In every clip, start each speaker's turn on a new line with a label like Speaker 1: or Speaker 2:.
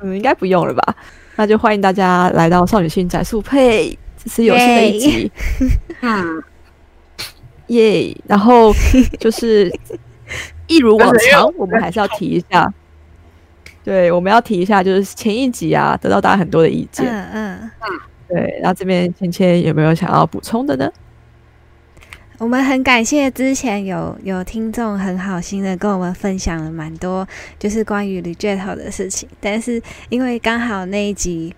Speaker 1: 嗯，应该不用了吧？那就欢迎大家来到少女心宅速配，这是游戏的一集。
Speaker 2: 嗯，
Speaker 1: 耶！然后就是一如往常，我们还是要提一下。对，我们要提一下，就是前一集啊，得到大家很多的意见。
Speaker 3: 嗯嗯，
Speaker 1: 对，然后这边芊芊有没有想要补充的呢？
Speaker 3: 我们很感谢之前有有听众很好心的跟我们分享了蛮多，就是关于 reject 的事情，但是因为刚好那一集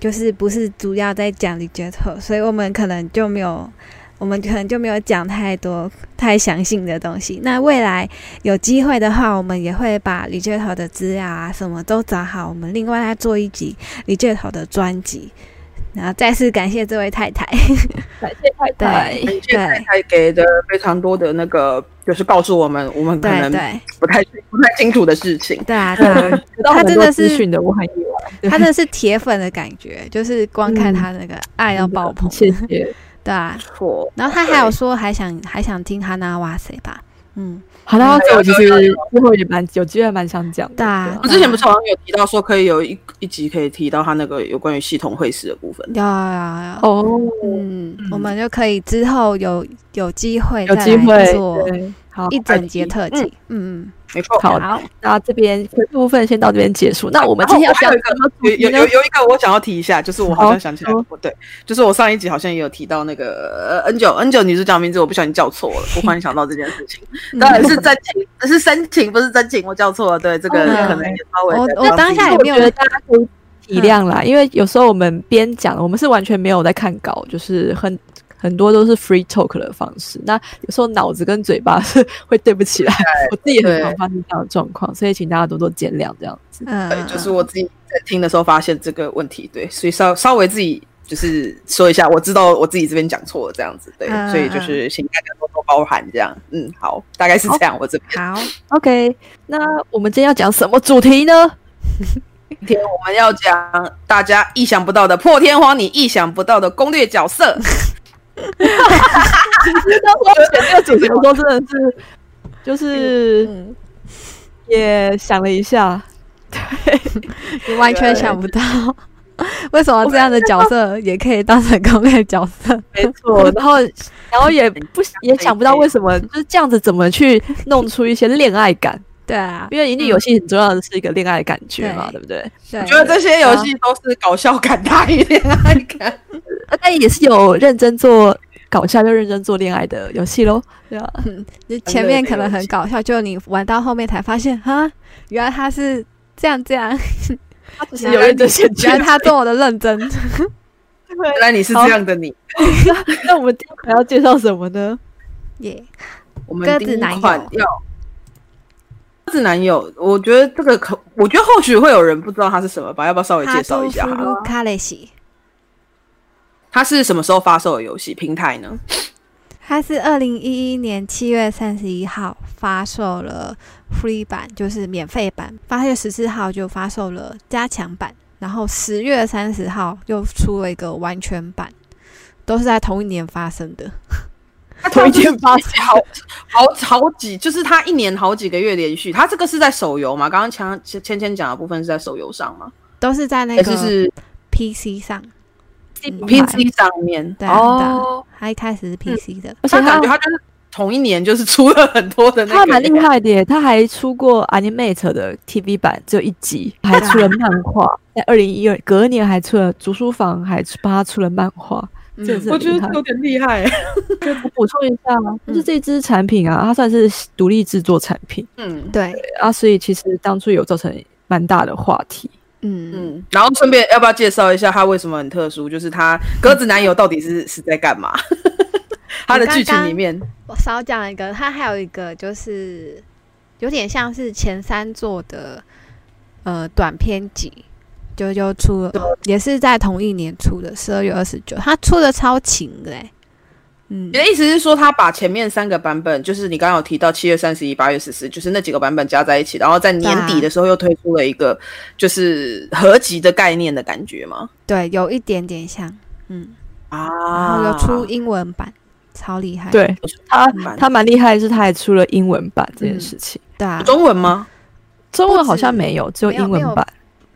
Speaker 3: 就是不是主要在讲 reject，所以我们可能就没有。我们可能就没有讲太多太详细的东西。那未来有机会的话，我们也会把 r e j e t 的资料啊，什么都找好。我们另外再做一集 r e j e t 的专辑。然后再次感谢这位太太。
Speaker 1: 感谢太太
Speaker 3: 对。
Speaker 2: 感谢太太给的非常多的那个，就是告诉我们我们可
Speaker 3: 对
Speaker 2: 能
Speaker 3: 对
Speaker 2: 不太不太清楚的事情。
Speaker 3: 对啊，对啊，
Speaker 1: 对，得到
Speaker 3: 他
Speaker 1: 很
Speaker 3: 真
Speaker 1: 多
Speaker 3: 的
Speaker 1: 资
Speaker 3: 是
Speaker 1: 讯的，我很意外。
Speaker 3: 他真的是铁粉的感觉， 就是光看他那个爱到爆
Speaker 2: 嗯
Speaker 3: 棚，
Speaker 1: 谢 谢。
Speaker 3: 对啊。
Speaker 2: 错，
Speaker 3: 然后他还有说还想还想听哈娜哇塞吧，嗯，
Speaker 1: 好啦，
Speaker 2: 嗯
Speaker 1: 这我其
Speaker 2: 有有
Speaker 1: 实最后也蛮有机会蛮想讲的。
Speaker 3: 对啊
Speaker 2: 我之前不是好像有提到说可以有一一集可以提到他那个有关于系统会师的部分。
Speaker 3: 有有有，啊有
Speaker 1: 哦，
Speaker 3: 嗯
Speaker 2: 嗯，
Speaker 3: 我们就可以之后有有机会
Speaker 1: 有
Speaker 3: 再
Speaker 1: 机
Speaker 3: 来
Speaker 1: 会
Speaker 3: 做
Speaker 1: 对好，
Speaker 3: 一整节特辑，嗯嗯，
Speaker 2: 没错，
Speaker 1: 好
Speaker 3: 好，哦
Speaker 1: 那这边回复部分先到这边结束。那我们
Speaker 2: 然后
Speaker 1: 今天要
Speaker 2: 我还
Speaker 1: 讲
Speaker 2: 有一个
Speaker 1: 什么主
Speaker 2: 有
Speaker 1: 题
Speaker 2: 有
Speaker 1: 呢
Speaker 2: 有？有一个我想要提一下，就是我好
Speaker 1: 好
Speaker 2: 像想起来
Speaker 1: 说，
Speaker 2: 不对，就是我上一集好像也有提到那个呃 N 九 N 九女主角名字，我不小心叫错了，我忽然想到这件事 情，
Speaker 3: 嗯
Speaker 2: 当然是真情，是深情，不是真情，我叫错了，对，这个
Speaker 3: 嗯
Speaker 2: 可能也稍微
Speaker 3: 我
Speaker 2: 再
Speaker 3: 我
Speaker 2: 帮
Speaker 3: 哦当
Speaker 2: 自己
Speaker 3: 下
Speaker 1: 但
Speaker 3: 也
Speaker 1: 我
Speaker 3: 没有
Speaker 1: 觉得大家可以体谅啦，因为有时候我们边讲，我们是完全没有在看稿，就是很很多都是 free talk 的方式。那有时候脑子跟嘴巴是会对不起来，我自己也很常发生这样的状况，所以请大家多多见谅。这样子，
Speaker 2: 对，
Speaker 3: 嗯，
Speaker 2: 就是我自己在听的时候发现这个问题，对，所以稍稍微自己就是说一下，我知道我自己这边讲错了这样子，对，
Speaker 3: 嗯
Speaker 2: 所以就是请大家多多包涵这样，嗯，好，大概是这样，我这边
Speaker 3: 好，
Speaker 1: OK，那我们今天要讲什么主题呢？
Speaker 2: 今天我们要讲大家意想不到的破天荒，你意想不到的攻略角色，
Speaker 1: 当时我选这个主题的时候，真的是就是
Speaker 3: 嗯，
Speaker 1: 也想了一下，
Speaker 3: 你完全想不到 为什么这样的角色也可以当成攻略角色，
Speaker 1: 没错，然后然后也不也想不到为什么就是这样子，怎么去弄出一些恋爱感。
Speaker 3: 对啊，
Speaker 1: 因为乙女游戏很重要的是一个恋爱的感觉嗯嘛，对
Speaker 3: 对
Speaker 1: 不对？
Speaker 3: 对
Speaker 2: 我觉得这些游
Speaker 3: 嗯
Speaker 2: 戏都是搞笑感大啊于恋爱感，
Speaker 3: 啊
Speaker 1: 呃但也是有认真做搞笑又认真做恋爱的游戏喽，对啊吧、
Speaker 3: 就前面可能很搞笑，就你玩到后面才发现，哈，原来他是这样 这样，
Speaker 1: 他只是有认真写剧
Speaker 3: 原来他这么的 认真。
Speaker 2: 原来你是这样的你。
Speaker 1: 那我们第一款要介绍什么呢？
Speaker 3: 耶，
Speaker 2: 我们
Speaker 3: 鸽
Speaker 2: 第
Speaker 3: 子
Speaker 2: 一
Speaker 3: 男
Speaker 2: 款
Speaker 3: 友
Speaker 2: 要鸽子男友，我觉得这个可，我觉得或许会有人不知道它是什么吧，要不要稍微介绍一下啊
Speaker 3: 哈
Speaker 2: 哈？
Speaker 3: 鲁卡雷西，
Speaker 2: 它是什么时候发售的游戏平台呢？
Speaker 3: 他是二零一一年七月三十一号发售了 free 版，就是免费版，八月十四号就发售了加强版，然后十月三十号又出了一个完全版，都是在同一年发生的。
Speaker 2: 它
Speaker 1: 同一天发
Speaker 2: 售，好 好好几，就是它一年好几个月连续。它这个是在手游嘛？刚刚强芊芊讲的部分是在手游上吗？
Speaker 3: 都是在那
Speaker 2: 哎还是
Speaker 3: 个
Speaker 2: 是
Speaker 3: PC 上，嗯
Speaker 2: PC 上面？
Speaker 3: 对啊对啊
Speaker 2: 哦，
Speaker 3: 他一开始是 PC 的，
Speaker 1: 而且
Speaker 2: 它
Speaker 1: 他
Speaker 2: 感觉它就是同一年就是出了很多的那
Speaker 1: 他
Speaker 2: 个，
Speaker 1: 还蛮厉害的耶，他还出过 Animate 的 TV 版，只有一集，还出了漫画，在二零一二隔年还出了读书房，还出帮他出了漫 画。
Speaker 3: 嗯
Speaker 1: 这是
Speaker 2: 我觉
Speaker 1: 厉害
Speaker 2: 得有点厉害。
Speaker 1: 我补充一下，就是这支产品啊，它算是独立制作产品。
Speaker 2: 嗯
Speaker 3: 对，
Speaker 1: 啊，所以其实当初有造成蛮大的话题。
Speaker 3: 嗯，
Speaker 2: 嗯，然后顺便要不要介绍一下它为什么很特殊？就是它鸽子男友到底是是在干嘛？ 它的剧情里面，
Speaker 3: 我少讲一个，它还有一个就是有点像是前三座的呃短篇集，就就出了，也是在同一年出的，十二月二十九，他出的超勤的、欸，嗯
Speaker 2: 你，的意思是说，他把前面三个版本，就是你刚刚有提到七月三十一、八月十四，就是那几个版本加在一起，然后在年底的时候又推出了一个就是合集的概念的感觉吗？
Speaker 3: 对，有一点点像，嗯，然
Speaker 2: 啊
Speaker 3: 后有出英文版，超厉害，
Speaker 1: 对他
Speaker 2: 蛮
Speaker 1: 他蛮厉害，是他还出了英文版这件事情，
Speaker 3: 对啊，
Speaker 2: 中文吗？
Speaker 1: 中文好像嗯没有，只有英文版。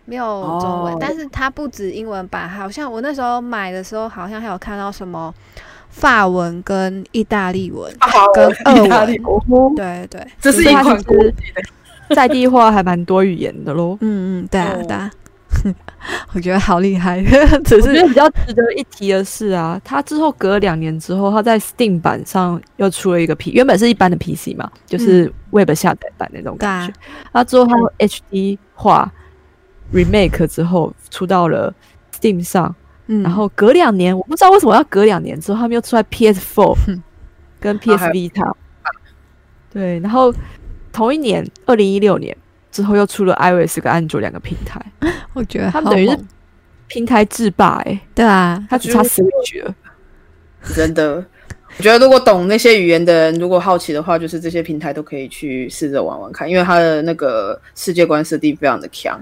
Speaker 3: 没有中文，
Speaker 2: 哦
Speaker 3: 但是它不止英文版，好像我那时候买的时候，好像还有看到什么法文跟意大利文，
Speaker 2: 啊好
Speaker 3: 跟俄
Speaker 2: 意大利
Speaker 3: 文，
Speaker 1: 哦，
Speaker 3: 对对，。
Speaker 2: 这是一款
Speaker 1: 所以它
Speaker 2: 国
Speaker 1: 就是
Speaker 2: 际的
Speaker 1: 在地化还蛮多语言的喽
Speaker 3: 嗯嗯，对啊
Speaker 2: 哦
Speaker 3: 对啊， 我觉得好厉害， 只
Speaker 1: 我觉
Speaker 3: 是
Speaker 1: 得比较值得一提的是啊，他之后隔两年之后，他在 Steam 版上又出了一个 P，原本是一般的 PC 嘛，就是 Web 下载版那种
Speaker 3: 对
Speaker 1: 感
Speaker 3: 啊
Speaker 1: 觉。，他之后他用 HD 化 remake 之后出到了 Steam 上，
Speaker 3: 嗯，
Speaker 1: 然后隔两年，我不知道为什么要隔两年之后，他们又出来 PS4 跟 PS
Speaker 2: 还有
Speaker 1: Vita，对，然后同一年，二零一六年之后又出了 iOS 跟安卓两个平台，
Speaker 3: 我觉得
Speaker 1: 他们
Speaker 3: 好
Speaker 1: 等于是
Speaker 3: 猛
Speaker 1: 平台制霸、欸，
Speaker 3: 对啊，
Speaker 1: 他只差 Switch 了。
Speaker 2: 真的。我觉得如果懂那些语言的人，如果好奇的话，就是这些平台都可以去试着玩玩看，因为它的那个世界观设定非常的强。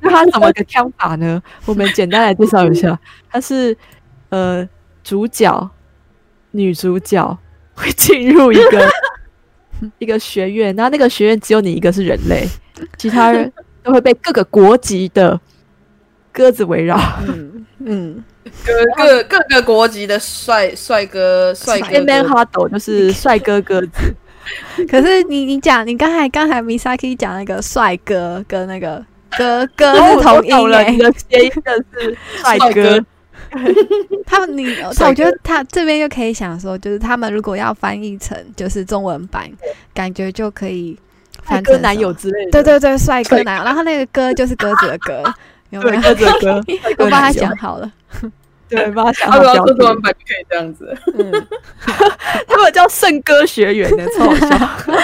Speaker 1: 那它怎么个枪法呢？我们简单来介绍一下，它是呃主角、女主角会进入一个一个学院，然后那个学院只有你一个是人类，其他人都会被各个国籍的鸽子围绕，
Speaker 3: 嗯嗯，
Speaker 2: 各各各个国籍的帅帅哥、帅哥
Speaker 1: 天
Speaker 2: 哥、
Speaker 1: man 哈斗就是帅哥鸽子，
Speaker 3: 可是你你讲你刚才刚才 Misaki 讲那个帅哥跟那个 哥哥
Speaker 1: 我
Speaker 3: 是
Speaker 1: 哦我
Speaker 3: 同
Speaker 1: 懂
Speaker 3: 音
Speaker 1: 了，
Speaker 3: 诶、
Speaker 1: 你的谐音的是帅
Speaker 2: 帅
Speaker 1: 哥
Speaker 2: 哥，
Speaker 3: 他们你，
Speaker 2: 帅
Speaker 3: 我觉得他这边就可以想说，就是他们如果要翻译成就是中文版，感觉就可以
Speaker 1: 帅哎
Speaker 3: 翻成
Speaker 1: 哥
Speaker 3: 什么
Speaker 1: 男友，之类的，
Speaker 3: 对对对，帅哥男友，然后那个歌就是鸽子的歌，有没
Speaker 1: 对
Speaker 3: 有？
Speaker 1: 鸽子的鸽，帅哥
Speaker 3: 我帮他
Speaker 1: 男友
Speaker 3: 讲，好了，
Speaker 1: 对帮他想
Speaker 2: 他
Speaker 1: 好
Speaker 2: 如果
Speaker 1: 标
Speaker 2: 要做中
Speaker 1: 题
Speaker 2: 文。版就可以这样子。
Speaker 3: 嗯，
Speaker 1: 他们叫圣歌学员 的，超好笑。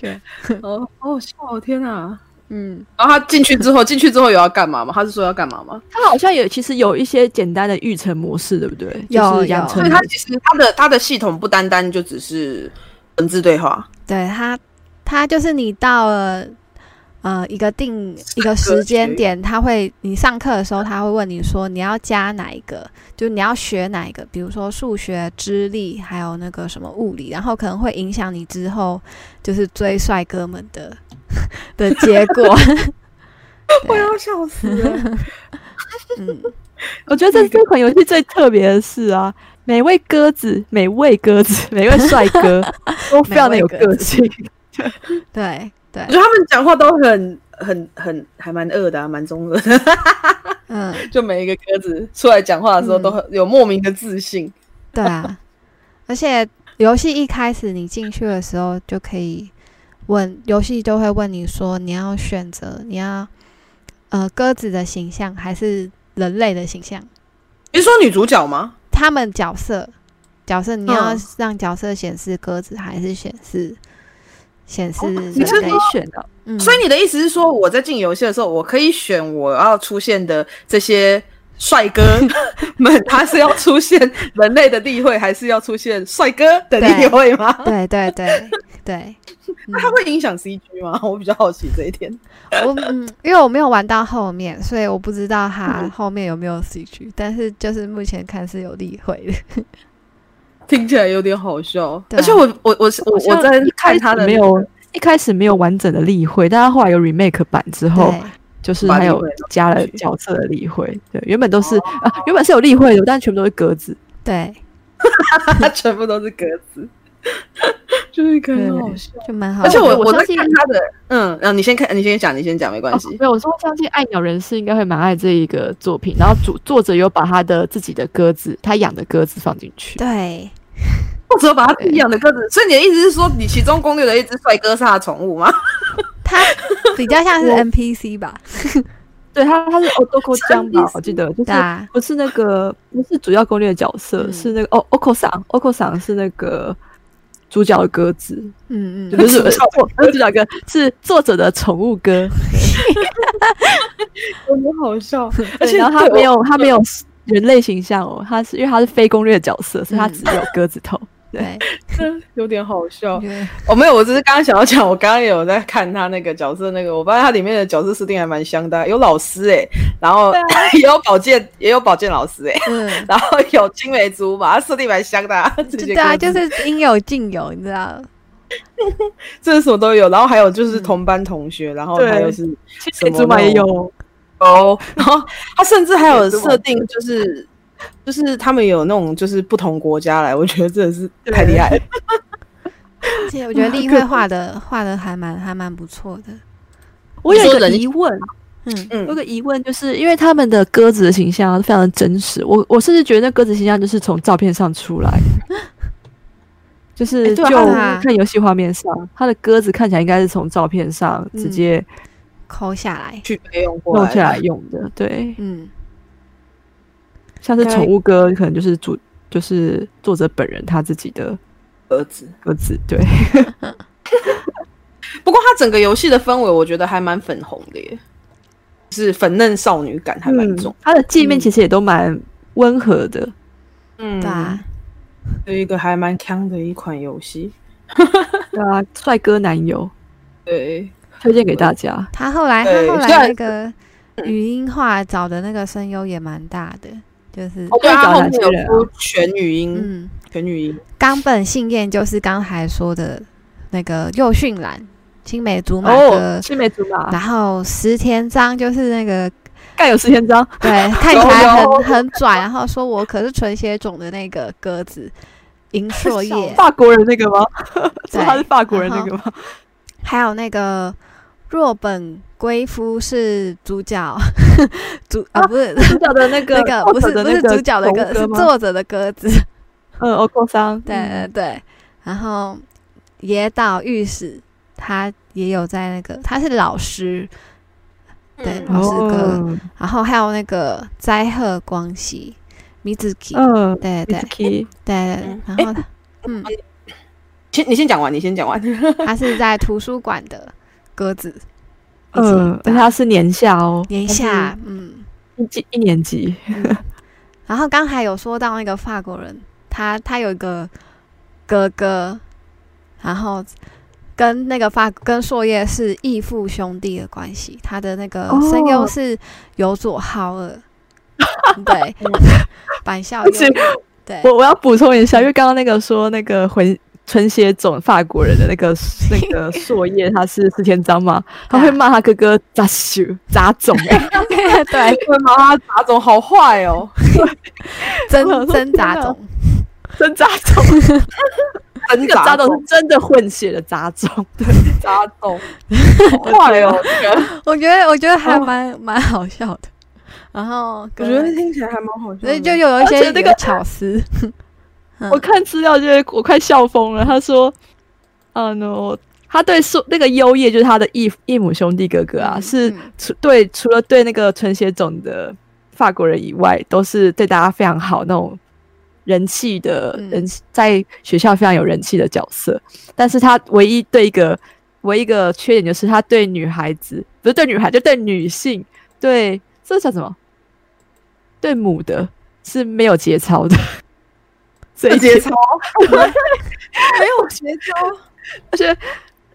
Speaker 3: 对，
Speaker 2: 哦，好好笑哦！天哪！
Speaker 3: 嗯，
Speaker 2: 然后他进去之后，进去之后有要干嘛吗？他是说要干嘛吗？
Speaker 1: 他好像有其实有一些简单的育成模式，对不对？
Speaker 3: 有
Speaker 1: 就是养成
Speaker 2: 所以他其实他的他的系统不单单就只是文字对话，
Speaker 3: 对他，他就是你到了。呃，一个定一个时间点，他会你上课的时候，他会问你说你要加哪一个，就你要学哪一个，比如说数学、智力，还有那个什么物理，然后可能会影响你之后就是追帅哥们的的结果。
Speaker 2: 我要笑死了。
Speaker 3: 嗯，
Speaker 1: 我觉得这这款游戏最特别的是啊，每位鸽子、每位鸽子、 每位帅哥都非常的有个性。
Speaker 3: 对对
Speaker 2: 我觉，得他们讲话都很很很还蛮恶的、啊，蛮中二的。
Speaker 3: 嗯，
Speaker 2: 就每一个鸽子出来讲话的时候，
Speaker 3: 嗯
Speaker 2: 都很有莫名的自信。
Speaker 3: 对啊，而且游戏一开始你进去的时候就可以问，游戏就会问你说你要选择你要呃鸽子的形象还是人类的形象，
Speaker 2: 你是说女主角吗？
Speaker 3: 他们角色角色你要
Speaker 2: 嗯
Speaker 3: 让角色显示鸽子还是显示
Speaker 2: 哦
Speaker 3: 显示
Speaker 1: 哦
Speaker 3: 人
Speaker 1: 你是可
Speaker 3: 类
Speaker 1: 以？选的，
Speaker 3: 嗯，
Speaker 2: 所以你的意思是说，我在进游戏的时候，我可以选我要出现的这些帅 哥们，他是要出现人类的地位，还是要出现帅哥的地位吗？
Speaker 3: 对对对对，嗯
Speaker 2: 那它会影响 CG 吗？ 我比较好奇这一点。
Speaker 3: 我嗯，因为我没有玩到后面，所以我不知道
Speaker 2: 嗯
Speaker 3: 它后面有没有 CG，、但是就是目前看是有例会的。
Speaker 2: 听起来有点好笑，
Speaker 3: 对
Speaker 2: 而
Speaker 3: 啊
Speaker 2: 且我我我
Speaker 1: 好
Speaker 2: 我
Speaker 1: 像
Speaker 2: 我在
Speaker 1: 一开
Speaker 2: 看
Speaker 1: 始
Speaker 2: 他的
Speaker 1: 没有一开始没有完整的例会，但他后来有 remake 版之后，
Speaker 3: 对，
Speaker 1: 就是
Speaker 2: 把
Speaker 1: 还
Speaker 2: 例
Speaker 1: 有
Speaker 2: 会
Speaker 1: 加了角色的例会。对，原本都是啊，原本是有例会的，但全部都是鸽子。
Speaker 3: 对，
Speaker 2: 他 全部都是鸽子， 就是感觉好笑。
Speaker 3: 就蛮好
Speaker 2: 而
Speaker 3: 的。
Speaker 2: 且我
Speaker 1: 我
Speaker 2: 我在
Speaker 1: 相信
Speaker 2: 看他的，嗯，然后你先看，你先讲，你先讲，没关系
Speaker 1: 哦。没有，我说相信爱鸟人士应该会蛮爱这一个作品，然后主作者有把他的自己的鸽子，他养的鸽子放进去。
Speaker 3: 对，
Speaker 2: 或者把它自己养的鸽子，所以你的意思是说，你其中攻略了一只帅哥是他的宠物吗？
Speaker 3: 它比较像是
Speaker 1: 我
Speaker 3: NPC 吧？
Speaker 1: 对他，他是 Odoko 江
Speaker 2: 什么意
Speaker 1: 吧
Speaker 2: 思，
Speaker 1: 我记得就
Speaker 3: 对
Speaker 1: 是
Speaker 3: 啊，
Speaker 1: 不是那个不是主要攻略角色，
Speaker 3: 嗯
Speaker 1: 是那个哦 Oko 桑，Oko 桑是那个主角的鸽子，
Speaker 3: 嗯
Speaker 1: 不是我 不是主角鸽，是作者的宠物鸽。
Speaker 2: 真的好笑，而
Speaker 1: 而
Speaker 2: 且
Speaker 1: 且然后他
Speaker 2: 对
Speaker 1: 没有他没有人类形象哦，他是因为他是非攻略角色，所以他只有鸽子头。
Speaker 3: 对，
Speaker 2: 我有点好笑
Speaker 3: 我。觉得
Speaker 2: 哦，没有，我只是刚刚想要讲，我刚刚也有在看他那个角色，那个我发现他里面的角色设定还蛮相当，有老师哎、然后、 也有保健，也有保健老师哎、
Speaker 3: 嗯，
Speaker 2: 然后有青梅竹马，他设定蛮相当。这些
Speaker 3: 对啊，
Speaker 2: 各
Speaker 3: 就
Speaker 2: 自
Speaker 3: 是应有尽有，你知道？
Speaker 2: 这是什么都有，然后还有就是同班同学，然后
Speaker 1: 对
Speaker 2: 还有是
Speaker 1: 青梅竹马也有哦，
Speaker 2: 哦，然后他甚至还有设定就是。就是他们有那种就是不同国家来，我觉得真的是太厉害了。
Speaker 3: 而且我觉得
Speaker 2: 嗯
Speaker 3: 立慧画的画的还蛮还蛮不错的，
Speaker 1: 我有
Speaker 2: 你
Speaker 1: 一
Speaker 2: 说
Speaker 1: 个
Speaker 2: 人
Speaker 1: 疑问，
Speaker 3: 嗯
Speaker 1: 我有
Speaker 2: 嗯，
Speaker 1: 个疑问，就是因为他们的鸽子的形象非常的真实，我我甚至觉得那鸽子形象就是从照片上出 来，就是
Speaker 2: 哎
Speaker 1: 就
Speaker 2: 对啊
Speaker 3: 啊
Speaker 1: 看游戏画面上，它的鸽子看起来应该是从照片上直
Speaker 3: 嗯
Speaker 1: 接
Speaker 3: 抠下来，
Speaker 2: 去备用过
Speaker 1: 弄
Speaker 2: 来
Speaker 1: 下来用的，对，
Speaker 3: 嗯，
Speaker 1: 像是
Speaker 2: 对
Speaker 1: 宠物鸽，可能就是主就是作者本人他自己的
Speaker 2: 儿子。
Speaker 1: 鸽子，对，
Speaker 2: 嗯不过它整个游戏的氛围，我觉得还蛮粉红的耶，是粉嫩少女感还蛮重。
Speaker 1: 它的界面
Speaker 3: 嗯
Speaker 1: 其实也都蛮温和的，
Speaker 2: 嗯，
Speaker 3: 对啊，
Speaker 2: 是一个还蛮强的一款游戏。
Speaker 1: 对啊，帅哥男友
Speaker 2: 对，
Speaker 1: 推荐给大家，
Speaker 3: 他后来
Speaker 2: 对
Speaker 3: 他后来
Speaker 2: 虽然嗯
Speaker 3: 那个语音化找的那个声优也蛮大的，就是
Speaker 2: 哦，对
Speaker 1: 要
Speaker 2: 啊，
Speaker 1: 找
Speaker 2: 后
Speaker 1: 哪
Speaker 2: 面
Speaker 1: 些
Speaker 2: 有
Speaker 1: 人啊
Speaker 2: 出全语音，
Speaker 3: 嗯，
Speaker 2: 全语音。
Speaker 3: 冈本信彦就是刚才说的那个右迅兰青梅竹马
Speaker 1: 哦，
Speaker 3: 的，
Speaker 1: 青梅竹马
Speaker 3: 然，后石田章就是那个
Speaker 1: 盖有十篇章，
Speaker 3: 对看起来
Speaker 2: 有
Speaker 3: 很很拽，然后说我可是纯血种的那个鸽子银硕叶，
Speaker 1: 法国人那个吗？说
Speaker 3: 对
Speaker 1: 他是法国人那个吗？
Speaker 3: 还有那个若本圭夫是主角 主啊不是。
Speaker 1: 主角的那个
Speaker 3: 那个不是
Speaker 1: 的
Speaker 3: 不
Speaker 1: 那
Speaker 3: 是主角的
Speaker 1: 狗
Speaker 3: 鸽
Speaker 1: 哥
Speaker 3: 子，是
Speaker 1: 吗
Speaker 3: 作者的鸽子。
Speaker 1: 嗯，欧克桑，嗯
Speaker 3: 对对对，然后野岛御史他也有在那个，他是老师，对
Speaker 2: 嗯
Speaker 3: 老师哥。
Speaker 1: 哦，
Speaker 3: 然后还有那个斋贺光希、米子吉，
Speaker 1: 嗯，
Speaker 3: 对对对
Speaker 1: Mitsuki
Speaker 3: 对对
Speaker 2: 嗯，
Speaker 3: 然
Speaker 2: 诶
Speaker 3: 后他嗯，
Speaker 2: 先你先讲完，你先讲完。
Speaker 3: 他是在图书馆的鸽子，一起
Speaker 1: 嗯，而且
Speaker 3: 对
Speaker 1: 他是年下哦，
Speaker 3: 年下，嗯，
Speaker 1: 一级一年级，
Speaker 3: 然后刚才有说到那个法国人，他他有一个哥哥，然后跟那个法跟硕叶是义父兄弟的关系，他的那个声优
Speaker 1: 哦
Speaker 3: 是有佐浩 二，对，板校
Speaker 1: 而且
Speaker 3: 优，对，
Speaker 1: 我我要补充一下，因为刚刚那个说那个混纯血种法国人的那 个那个硕叶，他是四千章嘛，他会骂他哥哥杂修杂 种，
Speaker 3: 对，
Speaker 2: 对吗？他杂种好坏哦，
Speaker 1: 我想
Speaker 3: 真
Speaker 1: 说
Speaker 3: 真杂
Speaker 1: 天哪
Speaker 3: 种，
Speaker 1: 真杂 种，
Speaker 2: 真
Speaker 1: 那 个杂
Speaker 2: 杂
Speaker 1: 种是真的混血的杂种，
Speaker 2: 杂种，好坏哦。这个
Speaker 3: 我觉得我觉得还
Speaker 2: 哦
Speaker 3: 蛮蛮好笑的，然后
Speaker 2: 我
Speaker 3: 跟
Speaker 2: 觉得听起来还蛮好笑的。
Speaker 3: 所以就有一
Speaker 1: 嗯而
Speaker 3: 些
Speaker 1: 且那
Speaker 3: 有
Speaker 1: 个
Speaker 3: 巧 思，
Speaker 1: 我看资料就会我快笑疯了。他说，啊 no，他对说那个优叶就是他的异异母兄弟哥哥啊，
Speaker 3: 嗯
Speaker 1: 是
Speaker 3: 嗯
Speaker 1: 除对除了对那个纯血种的法国人以外，都是对大家非常好那种人气的
Speaker 3: 嗯
Speaker 1: 人气，在学校非常有人气的角色。但是他唯一对一个唯一一个缺点就是他对女孩子不是对女孩，就对女性，对这叫什么？对母的是没有节操的， 所以
Speaker 2: 节操，
Speaker 1: 哎
Speaker 2: 没有节操。
Speaker 1: 而且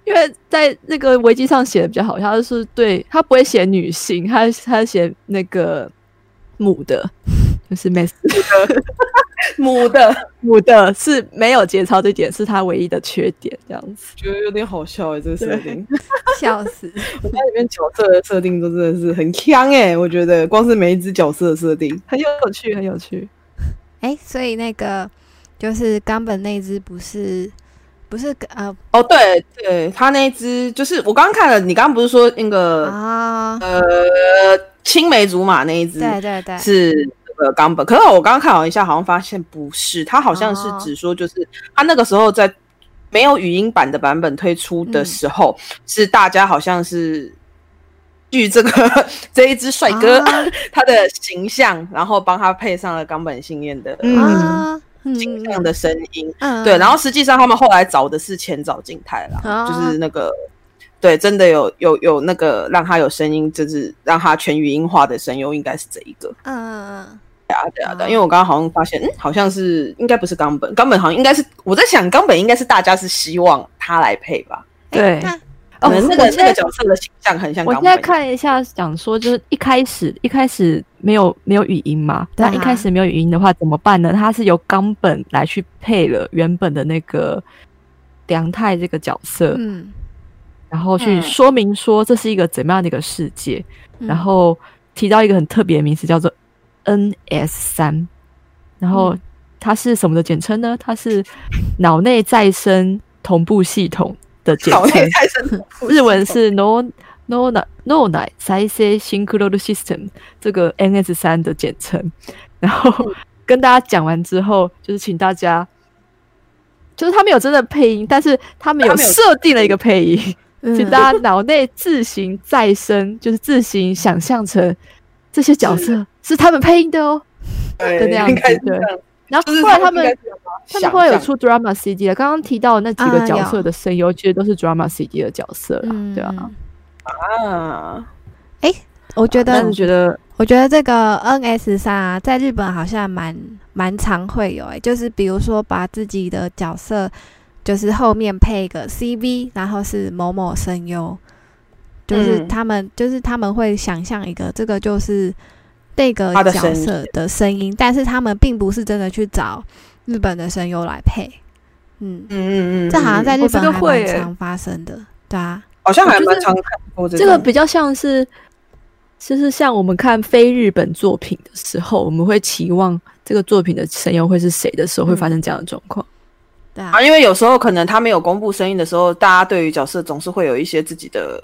Speaker 1: 因为在那个维基上写的比较好，他就是对他不会写女性，他他写那个母的，就是 m
Speaker 2: 母的，
Speaker 1: 母的是没有节操这点是他唯一的缺点，这样子。
Speaker 2: 觉得有点好笑哎，这个设定。
Speaker 3: 笑死，
Speaker 2: 我家里面角色的设定都真的是很强哎、我觉得光是每一只角色的设定，
Speaker 1: 很有趣，很有趣。
Speaker 3: 哎，所以那个就是冈本那只不是不是呃
Speaker 2: 哦，对对，他那一只就是我刚刚看了，你刚刚不是说那个、
Speaker 3: 啊，
Speaker 2: 呃青梅竹马那一只
Speaker 3: 对对对，
Speaker 2: 是呃冈本，可是我刚刚看了一下，好像发现不是，他好像是
Speaker 3: 哦
Speaker 2: 只说就是、他那个时候在没有语音版的版本推出
Speaker 3: 嗯
Speaker 2: 的时候，是大家好像是。据这个 这一只 帅哥、
Speaker 3: 啊
Speaker 2: 他的形象，然后帮他配上了冈本信彦的
Speaker 1: 嗯
Speaker 3: 啊，
Speaker 2: 倾向的声音。
Speaker 3: 嗯，
Speaker 2: 对，然后实际上他们后来找的是前早静态啦，
Speaker 3: 哦
Speaker 2: 就是那个对，真的有有有那个让他有声音，就是让他全语音化的声优应该是这一个。
Speaker 3: 嗯嗯
Speaker 2: 对啊，对啊，对啊，
Speaker 3: 哦
Speaker 2: 因为我刚刚好像发现，嗯，好像是应该不是冈本，冈本好像应该是我在想，冈本应该是大家是希望他来配吧，
Speaker 1: 对
Speaker 3: 嗯，那
Speaker 1: 哦，
Speaker 2: 可能
Speaker 1: 我
Speaker 2: 那个
Speaker 1: 现
Speaker 2: 那
Speaker 1: 在
Speaker 2: 个角色的形象很像
Speaker 1: 我
Speaker 2: 冈
Speaker 1: 现
Speaker 2: 本
Speaker 1: 在。看一下，讲说就是一开始一开始没有没有语音嘛，
Speaker 3: 对啊
Speaker 1: 那一开始没有语音的话怎么办呢？它是由冈本来去配了原本的那个梁太这个角色，
Speaker 3: 嗯，
Speaker 1: 然后去
Speaker 2: 嗯
Speaker 1: 说明说这是一个怎么样的一个世界，
Speaker 3: 嗯
Speaker 1: 然后提到一个很特别的名词叫做 NS 三，然
Speaker 2: 嗯
Speaker 1: 后它是什么的简称呢？它是脑内再生同步系统的简
Speaker 2: 脑
Speaker 1: 称
Speaker 2: 内。太深，
Speaker 1: 日文是 no no na no na 再生 synchro system 这个 NS 三的简称。然
Speaker 2: 嗯
Speaker 1: 后跟大家讲完之后，就是请大家，就是他们有真的配音，但是他们有
Speaker 2: 他们有
Speaker 1: 设定了一个配音，请
Speaker 3: 嗯
Speaker 1: 大家脑内自行再生，就是自行想象成这些角色是他们配音的哦。
Speaker 2: 对
Speaker 1: 就那样子
Speaker 2: 应该是这
Speaker 1: 对
Speaker 2: 样。
Speaker 1: 然后
Speaker 2: 就是
Speaker 1: 后来他们
Speaker 2: 应该是有把
Speaker 1: 他们后来有
Speaker 2: 想象
Speaker 1: 出 drama CD 了，刚刚提到的那几个
Speaker 3: 啊
Speaker 1: 角
Speaker 3: 有
Speaker 1: 色的声优，其实都是 drama CD 的角色啦，对啊。
Speaker 3: 嗯
Speaker 2: 啊，
Speaker 3: 我觉得
Speaker 1: 啊但是觉得
Speaker 3: 我觉得这个 NS 三啊，在日本好像蛮蛮常会有诶、欸就是比如说把自己的角色，就是后面配一个 CV，然后是某某声优，就是
Speaker 2: 嗯
Speaker 3: 他们、就是他们会想象一个这个就是那个
Speaker 2: 他的声
Speaker 3: 角
Speaker 2: 音
Speaker 3: 色的声音，但是他们并不是真的去找日本的声优来配，嗯，
Speaker 2: 嗯嗯嗯，
Speaker 3: 这好像在
Speaker 1: 嗯
Speaker 3: 日
Speaker 1: 哦这
Speaker 3: 本
Speaker 1: 个
Speaker 3: 还
Speaker 1: 会
Speaker 3: 蛮
Speaker 1: 欸
Speaker 3: 常发生的，对啊，
Speaker 2: 好像还
Speaker 1: 我觉
Speaker 2: 蛮
Speaker 1: 得
Speaker 2: 常看过这
Speaker 1: 这个
Speaker 2: 种
Speaker 1: 比较像是，就是像我们看非日本作品的时候，我们会期望这个作品的声优会是谁的时候，会发生这样的状况。
Speaker 3: 对啊
Speaker 2: 啊，，因为有时候可能他没有公布声音的时候，大家对于角色总是会有一些自己的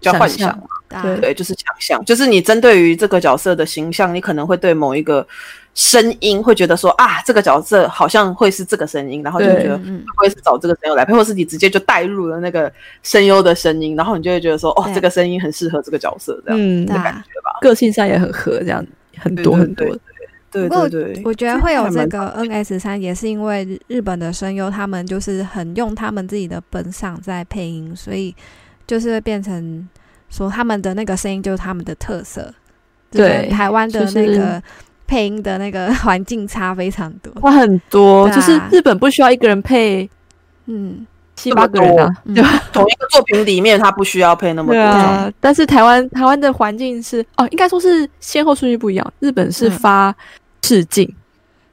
Speaker 2: 叫幻
Speaker 1: 想
Speaker 2: 想
Speaker 1: 象，
Speaker 3: 对啊，
Speaker 1: 对
Speaker 2: 对，就是想象，就是你针对于这个角色的形象，你可能会对某一个声音会觉得说啊，这个角色好像会是这个声音，然后就
Speaker 1: 对
Speaker 2: 觉得
Speaker 3: 嗯嗯
Speaker 2: 会是找这个声优来配，或是你直接就带入了那个声优的声音，然后你就会觉得说哦
Speaker 3: 对，
Speaker 2: 这个声音很适合这个角色这样。
Speaker 1: 嗯，
Speaker 3: 对
Speaker 1: 那
Speaker 3: 啊。
Speaker 1: 个性上也很合，这样很
Speaker 2: 对
Speaker 1: 多
Speaker 2: 对
Speaker 1: 很多
Speaker 2: 对。对
Speaker 3: 不过
Speaker 2: 对对，
Speaker 3: 我觉得会有
Speaker 2: 还
Speaker 3: 这
Speaker 2: 蛮
Speaker 3: 个 NS 三，也是因为日日本的声优他们就是很用他们自己的本嗓在配音，所以就是会变成说他们的那个声音就是他们的特色。
Speaker 1: 对
Speaker 3: 日本台湾的
Speaker 1: 就
Speaker 3: 那
Speaker 1: 是
Speaker 3: 个配音的那个 环境差非常 多。
Speaker 1: 它很多，
Speaker 3: 对啊
Speaker 1: 就是日本不需要一个人配
Speaker 3: 嗯，
Speaker 1: 七八个人啊，
Speaker 3: 嗯
Speaker 1: 对吧？
Speaker 2: 同一个作品里面，他不需要配那么
Speaker 1: 对
Speaker 2: 多角色。
Speaker 1: 啊，但是台湾台湾的环境是哦，应该说是先后顺序不一样。日本是
Speaker 3: 嗯
Speaker 1: 发试镜，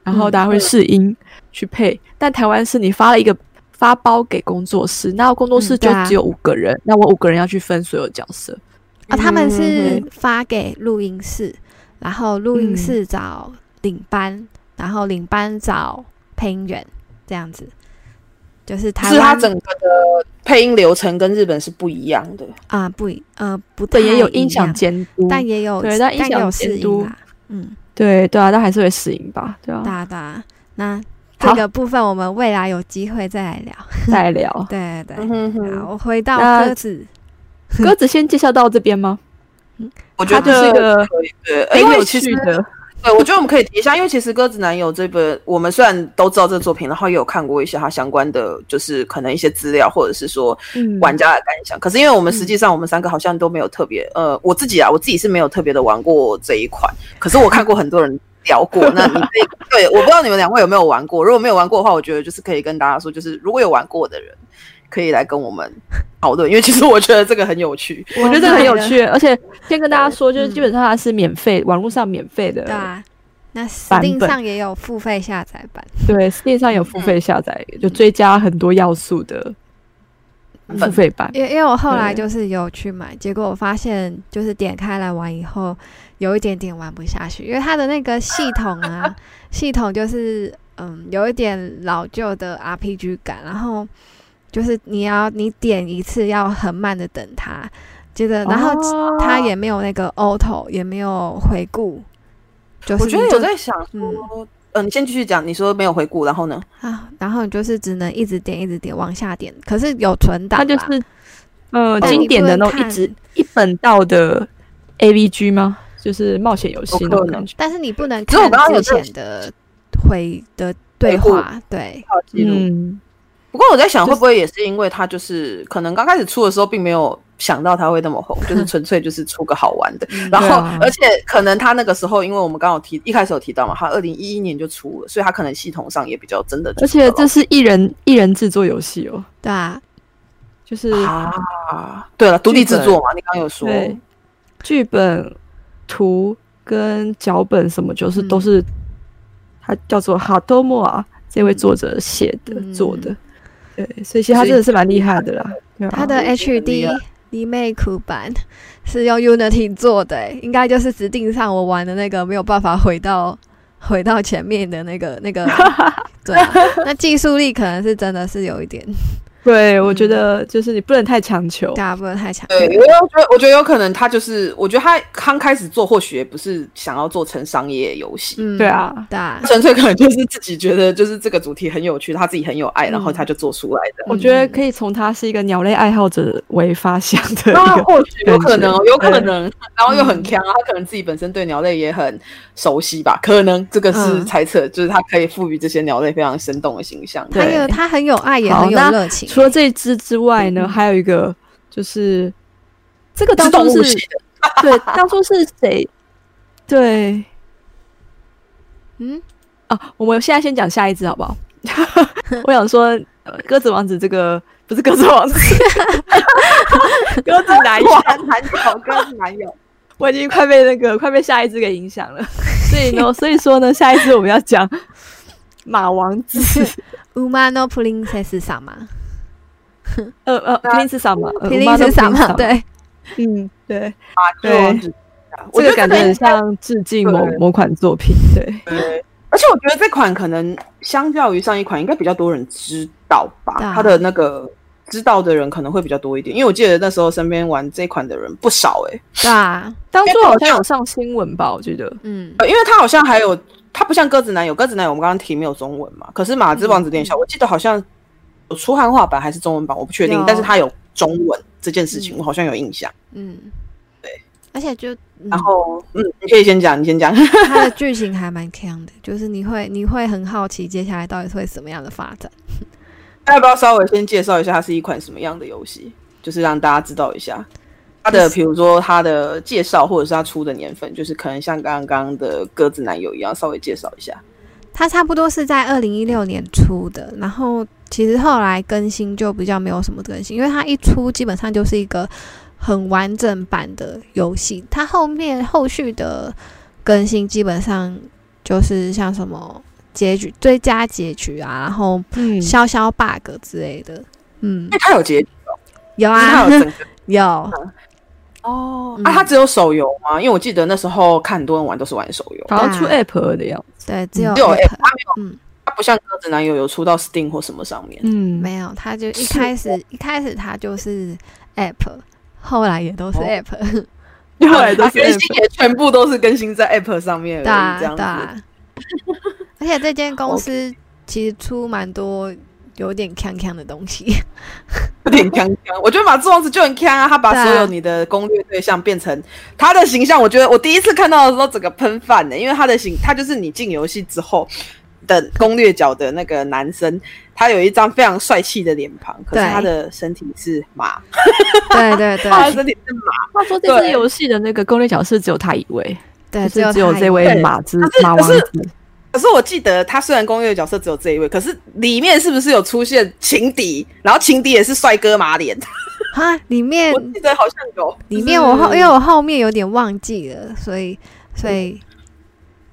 Speaker 1: 然后大家会试音去配，但台湾是你发了一个发包给工作室，那工作室
Speaker 3: 嗯对
Speaker 1: 就
Speaker 3: 啊
Speaker 1: 只有五个人，那我五个人要去分所有角色。
Speaker 3: 啊，他们是
Speaker 2: 嗯
Speaker 3: 发给录音室，然后录音
Speaker 1: 嗯
Speaker 3: 室找领班，然后领班找配音员，这样子。就是台
Speaker 2: 是它
Speaker 3: 湾
Speaker 2: 整个的配音流程跟日本是不一样的。
Speaker 3: 啊、不一呃不太
Speaker 1: 对，也有
Speaker 3: 一
Speaker 1: 音响
Speaker 3: 样
Speaker 1: 监督，
Speaker 3: 但也有
Speaker 1: 对但
Speaker 3: 但
Speaker 1: 音响
Speaker 3: 也有
Speaker 1: 监
Speaker 3: 试
Speaker 1: 督
Speaker 3: 音啦，嗯，
Speaker 1: 对对啊，但还是会试音吧，对啊，
Speaker 3: 哒哒。那
Speaker 1: 好
Speaker 3: 这个部分我们未来有机会再来聊。
Speaker 1: 再聊。
Speaker 3: 对对
Speaker 2: 嗯哼
Speaker 3: 对，
Speaker 2: 哼，
Speaker 3: 好，回到
Speaker 1: 那
Speaker 3: 鸽子，
Speaker 1: 鸽子先介绍到这边吗？
Speaker 2: 我觉
Speaker 1: 它
Speaker 2: 得
Speaker 1: 就是个
Speaker 2: 可以对，
Speaker 1: 很
Speaker 2: 因为
Speaker 1: 有
Speaker 2: 其
Speaker 1: 趣
Speaker 2: 实
Speaker 1: 的，
Speaker 2: 对，我觉得我们可以提一下，因为其实《鸽子男友》这本，我们虽然都知道这个作品，然后也有看过一些它相关的，就是可能一些资料，或者是说
Speaker 1: 嗯
Speaker 2: 玩家的感想。可是因为我们实际上我们三个好像都没有特别，呃，我自己啊，我自己是没有特别的玩过这一款，可是我看过很多人聊过。那你可以，对，我不知道你们两位有没有玩过，如果没有玩过的话，我觉得就是可以跟大家说，就是如果有玩过的人，可以来跟我们讨论，因为其实我觉得这个很有趣。
Speaker 3: 我
Speaker 1: 我觉得这个很有
Speaker 3: 买了，
Speaker 1: 趣，而且先跟大家说，就是
Speaker 3: 哦嗯
Speaker 1: 基本上它是免费，网络上免费的
Speaker 3: 对啊。那 Steam
Speaker 1: 版本
Speaker 3: 上也有付费下载版，
Speaker 1: 对，Steam 上有付费下载，就追加很多要素的
Speaker 3: 嗯
Speaker 2: 嗯
Speaker 1: 付费版。
Speaker 3: 因为因为我后来
Speaker 1: 对
Speaker 3: 就是有去买，结果我发现就是点开来玩以后，有一点点玩不下去，因为它的那个系统啊，系统就是嗯有一点老旧的 RPG 感，然后就是你要你点一次要很慢的等它，接着然后
Speaker 1: 哦
Speaker 3: 它也没有那个 auto，也没有回顾，就是
Speaker 2: 我觉得
Speaker 3: 你
Speaker 2: 有
Speaker 3: 就嗯
Speaker 2: 在想说，呃，你先继续讲，你说没有回顾，然后呢？
Speaker 3: 啊，然后你就是只能一直点一直点往下点，可是有存档
Speaker 1: 它
Speaker 3: 啦，
Speaker 1: 就是呃
Speaker 3: 哦但你
Speaker 1: 经典的那
Speaker 3: 不
Speaker 1: 种
Speaker 3: 能
Speaker 1: 一直一本道的 AVG 吗？就是冒险游戏
Speaker 2: 有
Speaker 1: 那
Speaker 2: 可能
Speaker 1: 种感觉。
Speaker 3: 但是你不能
Speaker 2: 可是我
Speaker 3: 看
Speaker 2: 刚刚有
Speaker 3: 之前的回的对
Speaker 2: 回顾
Speaker 3: 话，对，
Speaker 2: 好记录。
Speaker 1: 嗯，
Speaker 2: 不过我在想，会不会也是因为他就是可能刚开始出的时候，并没有想到他会那 么红，就是纯粹就是出个好玩的。
Speaker 3: 嗯
Speaker 2: 然后，
Speaker 1: 对啊
Speaker 2: 而且可能他那个时候，因为我们刚好提一开始有提到嘛，他二零一一年就出了，所以他可能系统上也比较真的就
Speaker 1: 而
Speaker 2: 出得
Speaker 1: 且
Speaker 2: 了。
Speaker 1: 这是一人一人制作游戏哦，
Speaker 3: 对啊，
Speaker 1: 就是
Speaker 2: 啊，对了，独立制作嘛，你刚刚有说，
Speaker 1: 对剧本、图跟脚本什么，就是
Speaker 2: 嗯
Speaker 1: 都是他叫做哈多莫啊这位
Speaker 2: 嗯
Speaker 1: 作者写的、
Speaker 3: 嗯
Speaker 1: 做的，对，所以其实他真的是蛮厉害的啦。对啊
Speaker 3: 它的
Speaker 2: 我觉得
Speaker 3: HD 离妹苦版是用 Unity 做的欸、应该就是指定上我玩的那个没有办法回到回到前面的那个那个，对啊、那技术力可能是真的是有一点，
Speaker 1: 对，我觉得就是你不能太强求。
Speaker 3: 大家不能太强。
Speaker 2: 对，因为我觉得，我觉得有可能他就是，我觉得他刚开始做，或许也不是想要做成商业游戏，
Speaker 3: 嗯
Speaker 1: 对，啊，
Speaker 3: 对啊，
Speaker 2: 纯粹可能就是自己觉得就是这个主题很有趣，他自己很有爱，然
Speaker 1: 嗯
Speaker 2: 后他就做出来的。
Speaker 1: 我觉得可以从他是一个鸟类爱好者为发想的一
Speaker 2: 那
Speaker 1: 个，
Speaker 2: 或许有可能哦，有可
Speaker 1: 对
Speaker 2: 能，然后又
Speaker 1: 嗯
Speaker 2: 很强，啊他可能自己本身对鸟类也很熟悉吧，可能这个是
Speaker 1: 嗯
Speaker 2: 猜测，就是他可以赋予这些鸟类非常生动的形象。
Speaker 3: 他
Speaker 1: 对
Speaker 3: 有他很有爱，也
Speaker 1: 好
Speaker 3: 很有
Speaker 1: 那
Speaker 3: 热情。
Speaker 1: 除了这一只之外呢，还有一个就是嗯这个当
Speaker 2: 是动
Speaker 1: 初
Speaker 2: 物
Speaker 1: 是
Speaker 2: 系 的，
Speaker 1: 对，当初是谁？ 对，
Speaker 3: 嗯，
Speaker 1: 啊，我们现在先讲下一只好不好？ 我想说，呃鸽子王子这个不是鸽子 王子，鸽子男
Speaker 2: 哇，难有，跟 难有。
Speaker 1: 我已经快被那个快被下一只给影响了。所以呢，所以说呢，下一只我们要讲 马王子，
Speaker 3: 乌玛诺普林塞斯萨嘛，
Speaker 1: 呃呃，普林斯萨嘛，呃
Speaker 3: 普林塞萨嘛，，对，
Speaker 1: 乌马诺普林斯萨嘛嗯，对，
Speaker 2: 对
Speaker 1: 对，
Speaker 2: 我
Speaker 1: 这个
Speaker 2: 觉得
Speaker 1: 感觉很像致敬某
Speaker 2: 对
Speaker 1: 某款作品，对。
Speaker 2: 对，而且我觉得这款可能相较于上一款，应该比较多人知道吧
Speaker 3: 对啊，
Speaker 2: 它的那个。知道的人可能会比较多一点，因为我记得那时候身边玩这款的人不少哎、欸
Speaker 3: 对啊，
Speaker 1: 当初好像有上新闻吧，我记得。
Speaker 3: 嗯，
Speaker 2: 呃，因为它好像还有，它不像鸽子男有鸽子男，我们刚刚提没有中文嘛。可是马之王子殿
Speaker 3: 嗯
Speaker 2: 下，我记得好像有出汉化版还是中文版，我不确定
Speaker 3: 有，
Speaker 2: 但是它有中文这件事情，
Speaker 3: 嗯
Speaker 2: 我好像有印象。
Speaker 3: 嗯，对，而且就、嗯、
Speaker 2: 然后，嗯，你可以先讲，你先讲。
Speaker 3: 它的剧情还蛮强的， 就是你会你会很好奇接下来到底会什么样的发展。
Speaker 2: 那要不要稍微先介绍一下它是一款什么样的游戏？就是让大家知道一下它的，比如说它的介绍，或者是它出的年份，就是可能像刚刚的鸽子男友一样，稍微介绍一下。
Speaker 3: 它差不多是在二零一六年出的，然后其实后来更新就比较没有什么更新，因为它一出基本上就是一个很完整版的游戏，它后面后续的更新基本上就是像什么结局、最佳结局啊，然后
Speaker 1: 嗯
Speaker 3: 消消 bug 之类的，嗯
Speaker 2: 因，为它有结局，
Speaker 3: 有
Speaker 2: 就是
Speaker 3: 啊
Speaker 2: 它有，整个
Speaker 3: 有，
Speaker 2: 哦
Speaker 3: 嗯
Speaker 2: 啊，它只有手游吗？因为我记得那时候看很多人玩都是玩手游。
Speaker 1: 好像出
Speaker 3: 对
Speaker 1: app 的样子。
Speaker 3: 对，只有
Speaker 2: 只有
Speaker 3: app，
Speaker 2: 它没有，
Speaker 3: 嗯。
Speaker 2: 它不像鸽子男友有出到 Steam 或什么上面。
Speaker 1: 嗯，
Speaker 3: 没有，他就一
Speaker 2: 是
Speaker 3: 开始一开始他就是 app，后来也都是
Speaker 2: 哦
Speaker 3: app，、
Speaker 1: 后来都
Speaker 2: 它
Speaker 1: 是
Speaker 2: 更新
Speaker 1: app。
Speaker 2: 也全部都是更新在 App 上面而已，
Speaker 3: 啊对啊
Speaker 2: 这样子。
Speaker 3: 对啊。而且这间公司其实出蛮多有点锵锵的东西，
Speaker 2: 有点锵锵，我觉得马之王子就很锵啊，他把
Speaker 3: 对啊
Speaker 2: 所有你的攻略对象变成他的形象。我觉得我第一次看到的时候，整个喷饭呢、欸因为他的形，他就是你进游戏之后的攻略角的那个男生，他有一张非常帅气的脸庞，可是
Speaker 3: 对
Speaker 2: 他的身体是马，
Speaker 3: 对对对
Speaker 2: 他的身体是马，
Speaker 1: 话说这次
Speaker 2: 对
Speaker 1: 游戏的那个攻略角色只有他一位，
Speaker 3: 对，
Speaker 1: 就是只
Speaker 3: 有
Speaker 1: 有
Speaker 3: 他
Speaker 1: 这
Speaker 3: 一
Speaker 1: 位
Speaker 2: 对
Speaker 1: 马之
Speaker 2: 可是
Speaker 1: 马王
Speaker 2: 可是
Speaker 1: 子。
Speaker 2: 可是我记得他虽然攻略角色只有这一位，可是里面是不是有出现情敌？然后情敌也是帅哥马脸，
Speaker 3: 哈，里面
Speaker 2: 我记得好像有。
Speaker 3: 里面我后
Speaker 2: 就是
Speaker 3: 因为我后面有点忘记了，所以所以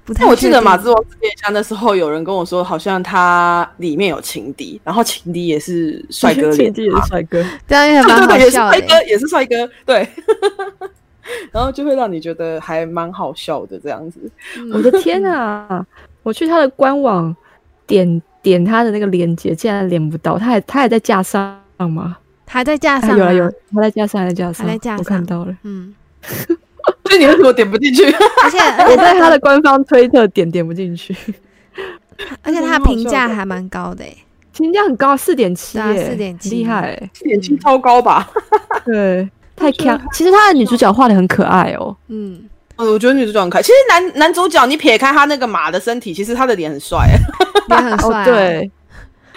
Speaker 3: 不太
Speaker 2: 但我记得
Speaker 3: 确定
Speaker 2: 马之王之殿下那时候有人跟我说，好像他里面有情敌，然后情敌也是帅哥脸
Speaker 1: 情敌也
Speaker 2: 嘛
Speaker 1: 是帅哥。
Speaker 3: 对啊，因为
Speaker 2: 对
Speaker 3: 蛮
Speaker 2: 对
Speaker 3: 好
Speaker 2: 对，也是
Speaker 3: 笑
Speaker 2: 帅
Speaker 3: 的欸、
Speaker 2: 哥，也是帅哥， 对。然后就会让你觉得还蛮好笑的这样子。
Speaker 3: 嗯
Speaker 1: 我的天啊！我去他的官网点点他的那个链接，竟然连不到，他还他还在架上吗？
Speaker 3: 还在架
Speaker 1: 他
Speaker 3: 上、啊、
Speaker 1: 有了有了，他在架上，还在架上，
Speaker 3: 还在架
Speaker 1: 我
Speaker 3: 上
Speaker 1: 看到了。
Speaker 3: 嗯，
Speaker 2: 所以你为什么点不进去？
Speaker 3: 而且而
Speaker 1: 我
Speaker 3: 且
Speaker 1: 在他的官方推特点点不进去，
Speaker 3: 而且他评价还蛮高的、欸，
Speaker 1: 评价很高，四点七，
Speaker 3: 对啊4.7
Speaker 1: 厉害 欸。
Speaker 2: 点击超高吧？
Speaker 1: 对，太
Speaker 2: 觉得
Speaker 1: 强。其实他的女主角画的很可爱哦，
Speaker 3: 嗯，
Speaker 2: 嗯，我觉得女主角很可爱。其实男男主角，你撇开他那个马的身体，其实他的脸很帅。
Speaker 3: 也很帅、啊
Speaker 1: 哦，对，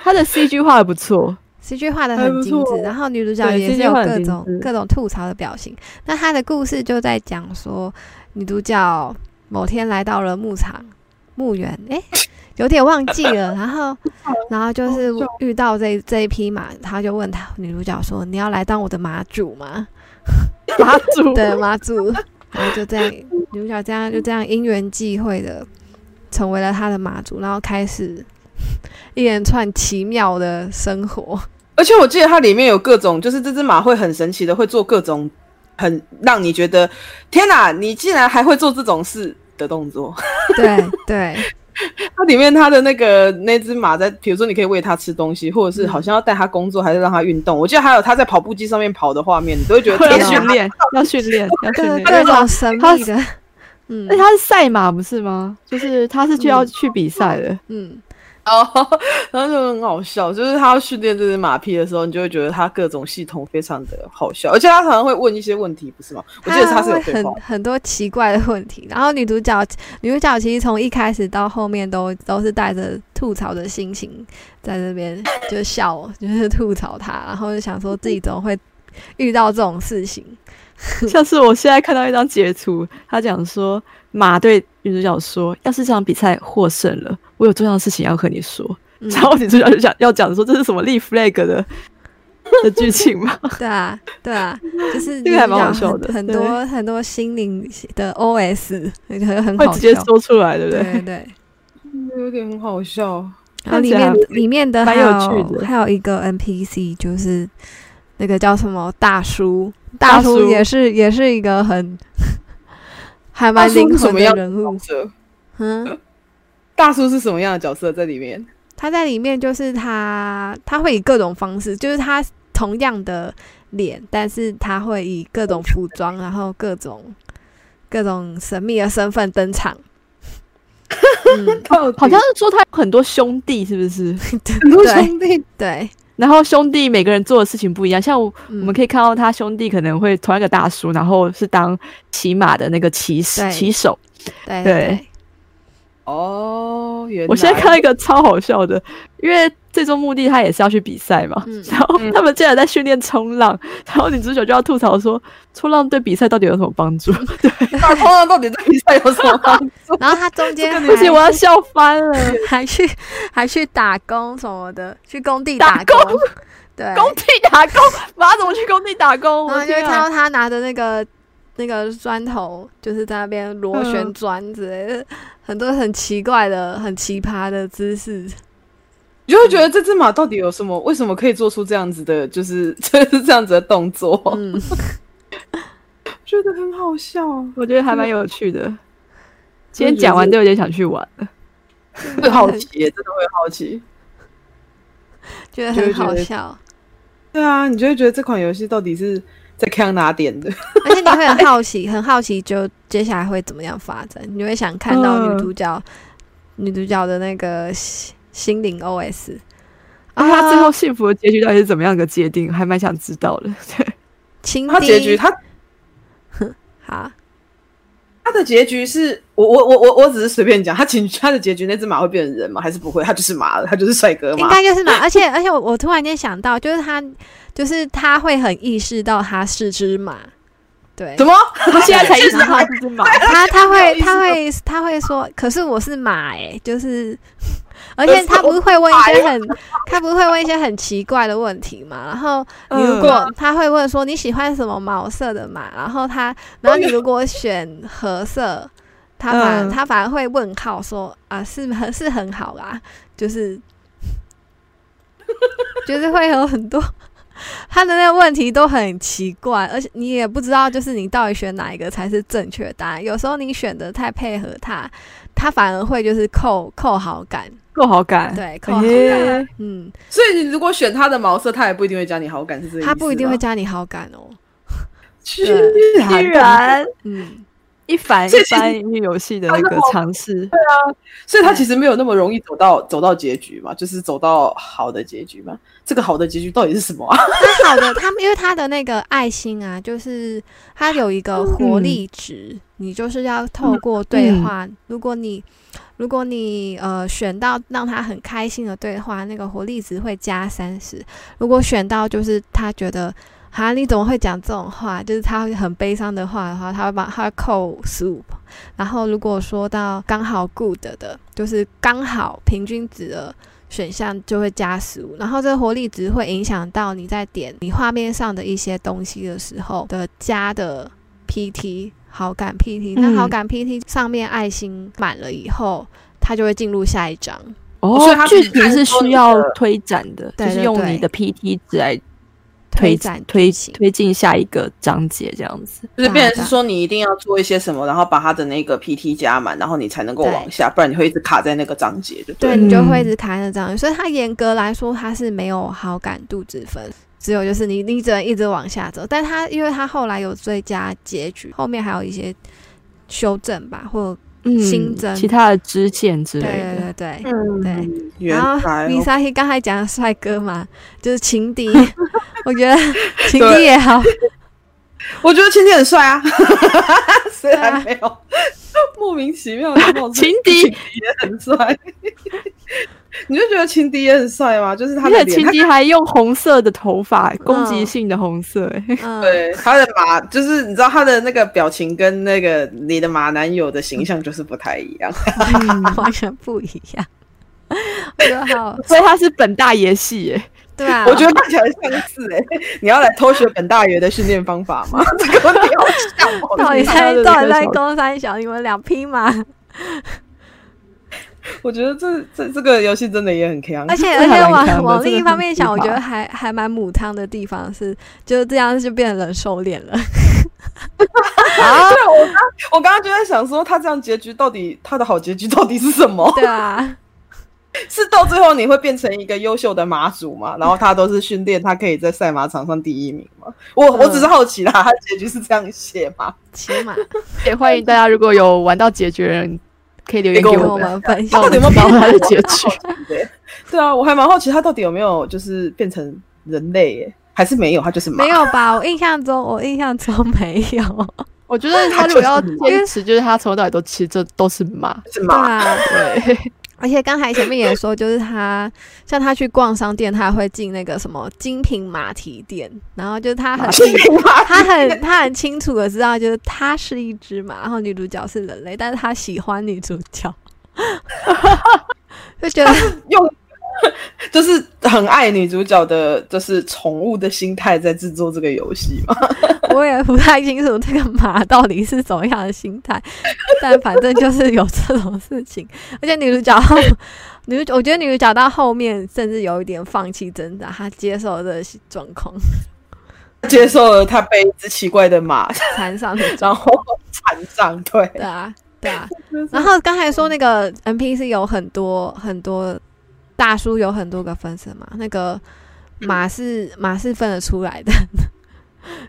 Speaker 1: 他的 CG 画的不错，
Speaker 3: ，CG 画的
Speaker 2: 还
Speaker 3: 很
Speaker 2: 不
Speaker 3: 精
Speaker 2: 错
Speaker 3: 致，然后女主角
Speaker 1: 对
Speaker 3: 也是
Speaker 1: CG
Speaker 3: 有
Speaker 1: 画得
Speaker 3: 各
Speaker 1: 很
Speaker 3: 种
Speaker 1: 精致
Speaker 3: 各种吐槽的表情。那她的故事就在讲说，女主角某天来到了牧场墓园，哎、有点忘记了，然后然后就是
Speaker 2: 好笑
Speaker 3: 遇到这这一匹马，他就问她女主角说：“你要来当我的马主吗？”
Speaker 1: 马 祖
Speaker 3: 对，妈祖，然后就这样，女主角这样就这样因缘际会的成为了她的妈祖，然后开始 一连串奇妙的生活。
Speaker 2: 而且我记得它里面有各种，就是这只马会很神奇的会做各种很让你觉得天哪，你竟然还会做这种事的动作。
Speaker 3: 对对
Speaker 2: 它里面它的那个那只马在，比如说你可以喂它吃东西，或者是好像要带它工作，还是让它运动。我记得还有它在跑步机上面跑的画面，你都会觉得
Speaker 1: 要
Speaker 2: 天
Speaker 1: 训
Speaker 2: 哪，
Speaker 1: 练，
Speaker 3: 啊
Speaker 1: 要训练，要训
Speaker 3: 各
Speaker 1: 练。
Speaker 3: 各种神
Speaker 1: 她
Speaker 3: 秘的，嗯
Speaker 1: 那他是赛马不是吗？就是他是去要去比赛的，
Speaker 3: 嗯，
Speaker 2: 哦， 然后就很好笑，就是他要训练这只马匹的时候，你就会觉得他各种系统非常的好笑，而且他常常会问一些问题，不是吗？我记得他是有
Speaker 3: 会
Speaker 2: 对
Speaker 3: 很
Speaker 2: 话，
Speaker 3: 很多奇怪的问题。然后女主角女主角其实从一开始到后面都都是带着吐槽的心情在这边就笑， 就是吐槽她，然后就想说自己怎么会遇到这种事情。
Speaker 1: 像是我现在看到一张截图，他讲说马对女主角说：“要是这场比赛获胜了，我有重要的事情要和你说。
Speaker 3: 嗯
Speaker 1: 然后女主角就想要讲说：“这是什么立 flag 的的剧情吗？
Speaker 3: 对啊，对啊，就是
Speaker 1: 这个还
Speaker 3: 你
Speaker 1: 蛮好
Speaker 3: 讲
Speaker 1: 笑
Speaker 3: 很
Speaker 1: 的
Speaker 3: 很
Speaker 1: 对
Speaker 3: 多很多心灵的 OS 很很
Speaker 1: 会
Speaker 3: 好
Speaker 1: 直接
Speaker 3: 笑，
Speaker 1: 说出来，对不对？”
Speaker 3: 对对。
Speaker 2: 有点很好笑。
Speaker 3: 然后
Speaker 1: 看
Speaker 3: 里
Speaker 1: 起来
Speaker 3: 面
Speaker 1: 还
Speaker 3: 里面的还
Speaker 1: 蛮有趣的
Speaker 3: 还有一个 NPC 就是那个叫什么大叔，
Speaker 1: 大
Speaker 3: 大叔
Speaker 1: 叔
Speaker 3: 也是也是一个很还
Speaker 2: 大
Speaker 3: 蛮
Speaker 2: 叔
Speaker 3: 灵
Speaker 2: 是什
Speaker 3: 魂
Speaker 2: 么
Speaker 3: 的
Speaker 2: 样的
Speaker 3: 人物
Speaker 2: 角，色？
Speaker 3: 嗯，
Speaker 2: 大叔是什么样的角色在里 面？
Speaker 3: 他在里面就是他他会以各种方式，就是他同样的脸，但是他会以各种服装，然后各种各种神秘的身份 登场。嗯，
Speaker 1: 好像是说他有很多兄弟，是不是？
Speaker 2: 很多
Speaker 3: 对
Speaker 2: 兄弟，
Speaker 3: 对，嗯
Speaker 1: 然后兄弟每个人做的事情不一样，像我
Speaker 3: 我
Speaker 1: 我们可以看到他兄弟可能会同一个大叔，然后是当骑马的那个骑士
Speaker 3: 对
Speaker 1: 骑手。
Speaker 3: 对
Speaker 1: 对
Speaker 3: 对
Speaker 2: 哦，原来
Speaker 1: 我现在看到一个超好笑的，因为最终目的他也是要去比赛嘛，
Speaker 3: 嗯
Speaker 1: 然后他们竟然在训练冲浪，然后女主角就要吐槽说冲浪对比赛到底有什么帮助？
Speaker 2: 大头上到底对比赛有什么帮 助？
Speaker 3: 然后他中间还
Speaker 1: 不行，我要笑翻了。
Speaker 3: 还去还去打工什么的，去工地
Speaker 1: 打
Speaker 3: 工，
Speaker 1: 工
Speaker 3: 对，
Speaker 1: 工地打工，马怎么去工地打工？
Speaker 3: 然
Speaker 1: 我
Speaker 3: 后
Speaker 1: 的
Speaker 3: 就会
Speaker 1: 天
Speaker 3: 看
Speaker 1: 啊！
Speaker 3: 到他拿着那个那个砖头，就是在那边螺旋
Speaker 1: 嗯
Speaker 3: 砖之类的，很多很奇怪的、很奇葩的姿势。
Speaker 2: 你就会觉得这只马到底有什么？为什么可以做出这样子的，就是 就是这样子的动作？
Speaker 1: 哦
Speaker 3: 嗯，
Speaker 2: 觉得很好笑。
Speaker 1: 我觉得还蛮有趣 的。今天讲完都有点想去玩了，
Speaker 2: 会好奇耶，真的会好奇。
Speaker 3: 觉得
Speaker 2: 就
Speaker 3: 很
Speaker 2: 会觉
Speaker 3: 好
Speaker 2: 得
Speaker 3: 笑，
Speaker 2: 对啊，你就会觉得这款游戏到底是在看哪点 的？
Speaker 3: 而且你会很好奇，很好奇，就接下来会怎么样发展？你会想看到女
Speaker 1: 嗯
Speaker 3: 主角、女主角的那个心心灵 OS
Speaker 1: 啊，他最后幸福的结局到底是怎么样一个界定，还蛮想知道的。对，
Speaker 3: 情
Speaker 2: 它
Speaker 3: 敌
Speaker 2: 结局，它
Speaker 3: 好，
Speaker 2: 它的结局是我我我我我只是随便讲，它情它的结局那只马会变成人吗？还是不会？它就是马了，它就是帅哥
Speaker 3: 应
Speaker 2: 嘛。
Speaker 3: 该就是嘛。而且 而且我我突然间想到，就是他就是他会很意识到他是只马，对，
Speaker 2: 什么？
Speaker 1: 他 现在 才意识到他是只马，
Speaker 3: 他他
Speaker 2: 没有
Speaker 3: 会
Speaker 2: 意思
Speaker 3: 他
Speaker 2: 的
Speaker 3: 会他会说，可是我是马哎、就是， 而且他不会问一些很
Speaker 2: 欸
Speaker 3: 他不会问一些很奇怪的问题嘛。然后
Speaker 2: 嗯
Speaker 3: 你如果、他会问说你喜欢什么毛色的马，然后他然后你如果选褐色，他反、
Speaker 1: 嗯
Speaker 3: 他反而会问号说啊是 很是很好啦，就是 就是会有很多。 他的那个问题都很奇怪，而且你也不知道，就是你到底选哪一个才是正确答案。有时候你选的太配合他，他反而会就是扣扣好感，
Speaker 1: 够好感。
Speaker 3: 对，扣好感，
Speaker 1: 耶，
Speaker 3: 嗯，
Speaker 2: 所以你如果选它的毛色，它也不一定会加你好感，是这个意思吗？
Speaker 3: 他不一定会加你好感哦，
Speaker 2: 居
Speaker 3: 对
Speaker 1: 居
Speaker 2: 然
Speaker 1: 然
Speaker 3: 嗯，
Speaker 1: 一反一
Speaker 2: 所以其实
Speaker 1: 般音乐游戏的
Speaker 2: 它
Speaker 1: 哦那
Speaker 2: 那
Speaker 1: 个
Speaker 2: 么
Speaker 1: 尝试。
Speaker 2: 所以他其实没有那么容易走到走到结局嘛，就是走到好的结局嘛。这个好的结局到底是什么啊？
Speaker 3: 他好的，他因为他的那个爱心啊，就是他有一个活力值，你就是要透过对话，如果你如果你呃选到让他很开心的对话，那个活力值会加三十；如果选到就是他觉得。哈，你怎么会讲这种话？就是他会很悲伤的话的话，他会把他会扣十五。然后如果说到刚好 good 的，就是刚好平均值的选项就会加十五，然后这个活力值会影响到你在点你画面上的一些东西的时候的加的 PT 好感 PT，、
Speaker 1: 嗯
Speaker 3: 那好感 PT 上面爱心满了以后，它就会进入下一张。
Speaker 1: 哦
Speaker 2: 所以它，
Speaker 1: 剧
Speaker 2: 只
Speaker 1: 情
Speaker 2: 看
Speaker 1: 是
Speaker 2: 说
Speaker 1: 需
Speaker 2: 你
Speaker 1: 要
Speaker 2: 的
Speaker 1: 推展的，
Speaker 3: 对
Speaker 1: 就是
Speaker 3: 对
Speaker 1: 用
Speaker 3: 对
Speaker 1: 你的 PT 值来
Speaker 3: 推
Speaker 1: 推
Speaker 3: 展
Speaker 1: 推
Speaker 3: 剧情
Speaker 1: 推进下一个章节，这样子。
Speaker 2: 就是变成是说你一定要做一些什么，然后把他的那个 PT 加满，然后你才能够
Speaker 3: 对
Speaker 2: 往下，不然你会一直卡在那个章节，对不
Speaker 3: 对
Speaker 2: 对？
Speaker 3: 你就
Speaker 1: 嗯
Speaker 3: 会一直卡在那张，所以它严格来说它是没有好感度之分，只有就是你你只能一直往下走，但它因为它后来有追加结局，后面还有一些修正吧，或
Speaker 1: 嗯，
Speaker 3: 新增
Speaker 1: 其他的支线之
Speaker 3: 对
Speaker 1: 类
Speaker 3: 对
Speaker 1: 的。
Speaker 3: 对对。
Speaker 2: 嗯
Speaker 3: 对，
Speaker 2: 原
Speaker 3: 然后
Speaker 2: 来哦
Speaker 3: Lisa 刚才讲的帅哥嘛，就是情敌，我觉得情敌也好，
Speaker 2: 我觉得晴天很帅啊，虽
Speaker 3: 对啊
Speaker 2: 然没有、莫名其妙的冒出
Speaker 1: 情敌
Speaker 2: 情敌也很帅，你就觉得情敌也很帅吗？就是他
Speaker 1: 而
Speaker 2: 的
Speaker 1: 且
Speaker 2: 脸，
Speaker 1: 情
Speaker 2: 他
Speaker 1: 敌还用红色的头发，攻击
Speaker 3: 嗯
Speaker 1: 性的红色、欸，
Speaker 3: 嗯，
Speaker 2: 对他的马，就是你知道他的那个表情跟那个你的马男友的形象就是不太一样。
Speaker 3: 完全不一样。我觉得好，
Speaker 1: 所以他是本大爷系、欸，
Speaker 3: 对啊，
Speaker 2: 我觉得看起来像是哎、 你要来偷学本大爷的训练方法吗？这个问题好像 哦
Speaker 3: 到底
Speaker 2: 你知道
Speaker 3: 在
Speaker 1: 他的那
Speaker 3: 到底
Speaker 1: 个
Speaker 3: 在
Speaker 1: 小
Speaker 3: 公三小，你们两匹马，
Speaker 2: 我觉得这这这个游戏真的也很强，
Speaker 3: 而且 而
Speaker 1: 这还
Speaker 3: 且
Speaker 1: 蛮强的
Speaker 3: 往往
Speaker 1: 这个
Speaker 3: 另一方
Speaker 1: 很
Speaker 3: 面
Speaker 1: 浮
Speaker 3: 想，我觉
Speaker 1: 夸
Speaker 3: 得还还蛮母汤的地方是，就是这样就变得人收敛了。
Speaker 2: 对我刚我刚刚就在想说，他这样结局到底他的好结局到底是什么？
Speaker 3: 对啊，
Speaker 2: 是到最后你会变成一个优秀的马主吗？然后他都是训练，他可以在赛马场上第一名吗？我我只是好奇啦，他结局是这样写吗？
Speaker 3: 骑马
Speaker 1: 也欢迎大家如果有玩到结局的人，可以留言
Speaker 2: 给
Speaker 1: 给
Speaker 3: 跟
Speaker 1: 我
Speaker 3: 我
Speaker 1: 们，
Speaker 3: 们分
Speaker 1: 让
Speaker 3: 享
Speaker 1: 我
Speaker 2: 到底
Speaker 1: 们
Speaker 2: 有没有
Speaker 1: 知道他的结
Speaker 2: 我
Speaker 1: 局
Speaker 2: 好。奇对对啊，我还蛮好奇他到底有没有就是变成人类耶？还是没有，他就是马
Speaker 3: 没。有吧？我印象中，我印象中没有。
Speaker 1: 我觉得 他如果要坚持，就是他从头到尾都吃，这都是马。
Speaker 2: 是
Speaker 3: 对
Speaker 2: 马，
Speaker 3: 啊，
Speaker 1: 对，
Speaker 3: 而且刚才前面也说，就是他像他去逛商店，他会进那个什么精品马蹄店，然后就是他很
Speaker 2: 是马，
Speaker 3: 他很他很清楚的知道，就是他是一只马，然后女主角是人类，但是他喜欢女主角， 就觉得
Speaker 2: 用 就是很爱女主角的，就是宠物的心态在制作这个游戏嘛。
Speaker 3: 我也不太清楚这个马到底是怎么样的心态， 但反正就是有这种事情。而且女主角后，女主我觉得女主角到后面甚至有一点放弃挣扎，她接受了这个状况，
Speaker 2: 接受了他被一只奇怪的马，
Speaker 3: 缠上的 状
Speaker 2: 然后缠上，对，
Speaker 3: 对啊，对啊。然后刚才说那个 NPC 有很多很多，大叔有很多个分身嘛，那个马是、马是分得出来的。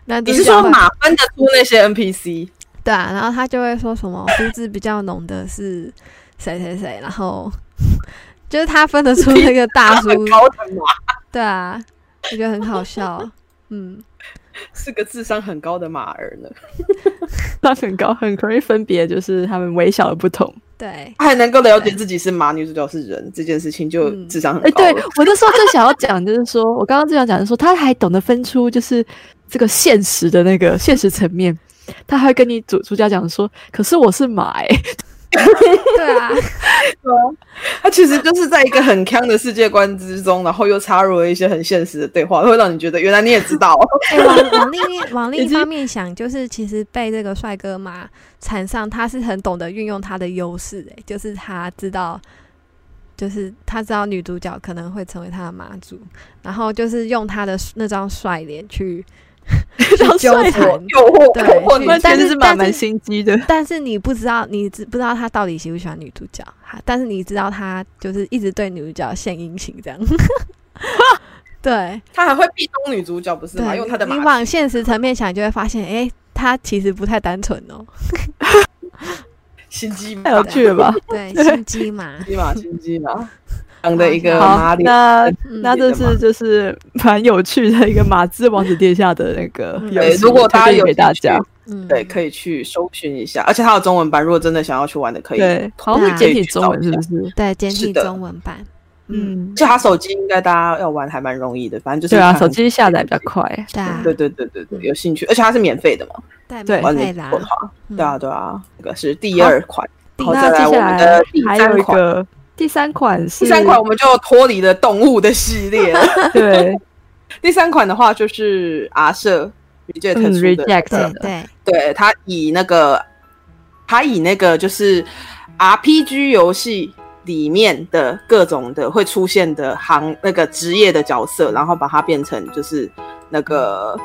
Speaker 3: 那
Speaker 2: 你
Speaker 3: 就是
Speaker 2: 说
Speaker 3: 叫
Speaker 2: 马分得出那些 NPC？
Speaker 3: 对啊，然后他就会说什么胡子比较浓的是谁谁谁，然后 就是他分得出那个大
Speaker 2: 他
Speaker 3: 叔，
Speaker 2: 很高的马，
Speaker 3: 对啊，我觉得很好笑，嗯，
Speaker 2: 是个智商很高的马儿呢，
Speaker 1: 他很高，很可以分别，就是他们微小的不同。
Speaker 3: 对，
Speaker 2: 他还能够了解自己是马，女主角是人这件事情，就
Speaker 3: 嗯
Speaker 2: 智商很
Speaker 1: 哎、
Speaker 2: 高
Speaker 1: 对
Speaker 2: 了。
Speaker 1: 我那时候正想要讲，就是说 我刚刚正想讲，就是说他还懂得分出就是这个现实的那个现实层面，他还会跟你主主角讲说，可是我是马、欸，
Speaker 3: 对啊，
Speaker 2: 他其实就是在一个很康的世界观之中，然后又插入了一些很现实的对话，会让你觉得原来你也知道哦。
Speaker 3: 哎、往往另一往另一
Speaker 1: 已经
Speaker 3: 方面想，就是其实被这个帅哥嘛缠上，他是很懂得运用他的优势，哎，就是他知道，就是他知道女主角可能会成为他的马主，然后就是用他的那张帅脸 去去
Speaker 1: 张
Speaker 3: 纠
Speaker 1: 帅脸
Speaker 3: 缠。
Speaker 2: 诱惑
Speaker 3: 对
Speaker 2: 诱惑你
Speaker 3: 对，但
Speaker 1: 但
Speaker 3: 是
Speaker 1: 是马
Speaker 3: 但
Speaker 1: 蛮
Speaker 3: 是
Speaker 1: 心机 的。
Speaker 3: 但是你不知道，你只不知道他到底喜不喜欢女主角，哈但是你知道他就是一直对女主角献殷勤 这样。对，
Speaker 2: 他还会壁咚女主角不是吗？
Speaker 3: 对，
Speaker 2: 用他的
Speaker 3: 你
Speaker 2: 马
Speaker 3: 往现实层面想，就会发现，哎、他其实不太单纯哦。
Speaker 2: 心机
Speaker 1: 太有
Speaker 2: 马，
Speaker 1: 趣了 吧？
Speaker 3: 对，心机嘛，
Speaker 2: 心机马，心机马，讲的一个
Speaker 1: 好
Speaker 2: 马，里，
Speaker 1: 那
Speaker 3: 嗯
Speaker 1: 那这是就是蛮有趣的一个马之王子殿下的那个
Speaker 3: 嗯
Speaker 1: 游
Speaker 2: 对
Speaker 1: 戏，
Speaker 2: 如果大家
Speaker 1: 推荐
Speaker 2: 有
Speaker 1: 给大
Speaker 2: 兴趣
Speaker 1: 家，
Speaker 3: 嗯，
Speaker 2: 对，可以去搜寻一下，而且它有中文版，如果真的想要去玩的，可以。而
Speaker 1: 对，好像是
Speaker 3: 对
Speaker 1: 简体中文是不
Speaker 2: 嗯
Speaker 1: 是？
Speaker 3: 对，简体
Speaker 2: 是的
Speaker 3: 中文版，嗯，
Speaker 1: 嗯，
Speaker 2: 且它手机应该大家要玩还蛮容易的，反正就是
Speaker 1: 对啊，
Speaker 2: 看
Speaker 1: 手机下载比较快。
Speaker 3: 对啊，
Speaker 2: 对对对对对，有兴趣，而且它是免费的嘛，
Speaker 3: 对，
Speaker 1: 对
Speaker 3: 免
Speaker 2: 玩
Speaker 3: 费
Speaker 2: 你
Speaker 3: 啦
Speaker 2: 做的，话，
Speaker 3: 嗯
Speaker 2: 对啊对啊，这个是第二款，然后
Speaker 1: 那
Speaker 2: 再来
Speaker 1: 接
Speaker 2: 我
Speaker 1: 下
Speaker 2: 们的
Speaker 1: 来
Speaker 2: 第
Speaker 1: 还有
Speaker 2: 三
Speaker 1: 一
Speaker 2: 款，
Speaker 1: 个第三款是
Speaker 2: 第三款我们就脱离了动物的系列了，
Speaker 1: 对，嗯
Speaker 2: 第三款的话就是阿舍 reject
Speaker 1: 嗯
Speaker 2: 出的那
Speaker 1: ，reject
Speaker 2: 个
Speaker 3: 对对，
Speaker 2: 对他以那个他以那个就是 RPG 游戏里面的各种的会出现的行那个职业的角色，然后把它变成就是那个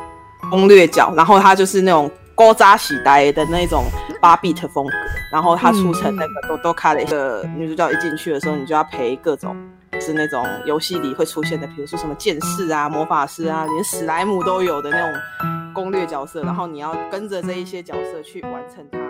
Speaker 2: 攻略角，然后他就是那种。勾扎喜呆的那种八 bit 风格，然后他出成那个多多卡的一个女主角一进去的时候，你就要陪各种是那种游戏里会出现的，比如说什么剑士啊、魔法师啊，连史莱姆都有的那种攻略角色，然后你要跟着这一些角色去完成它。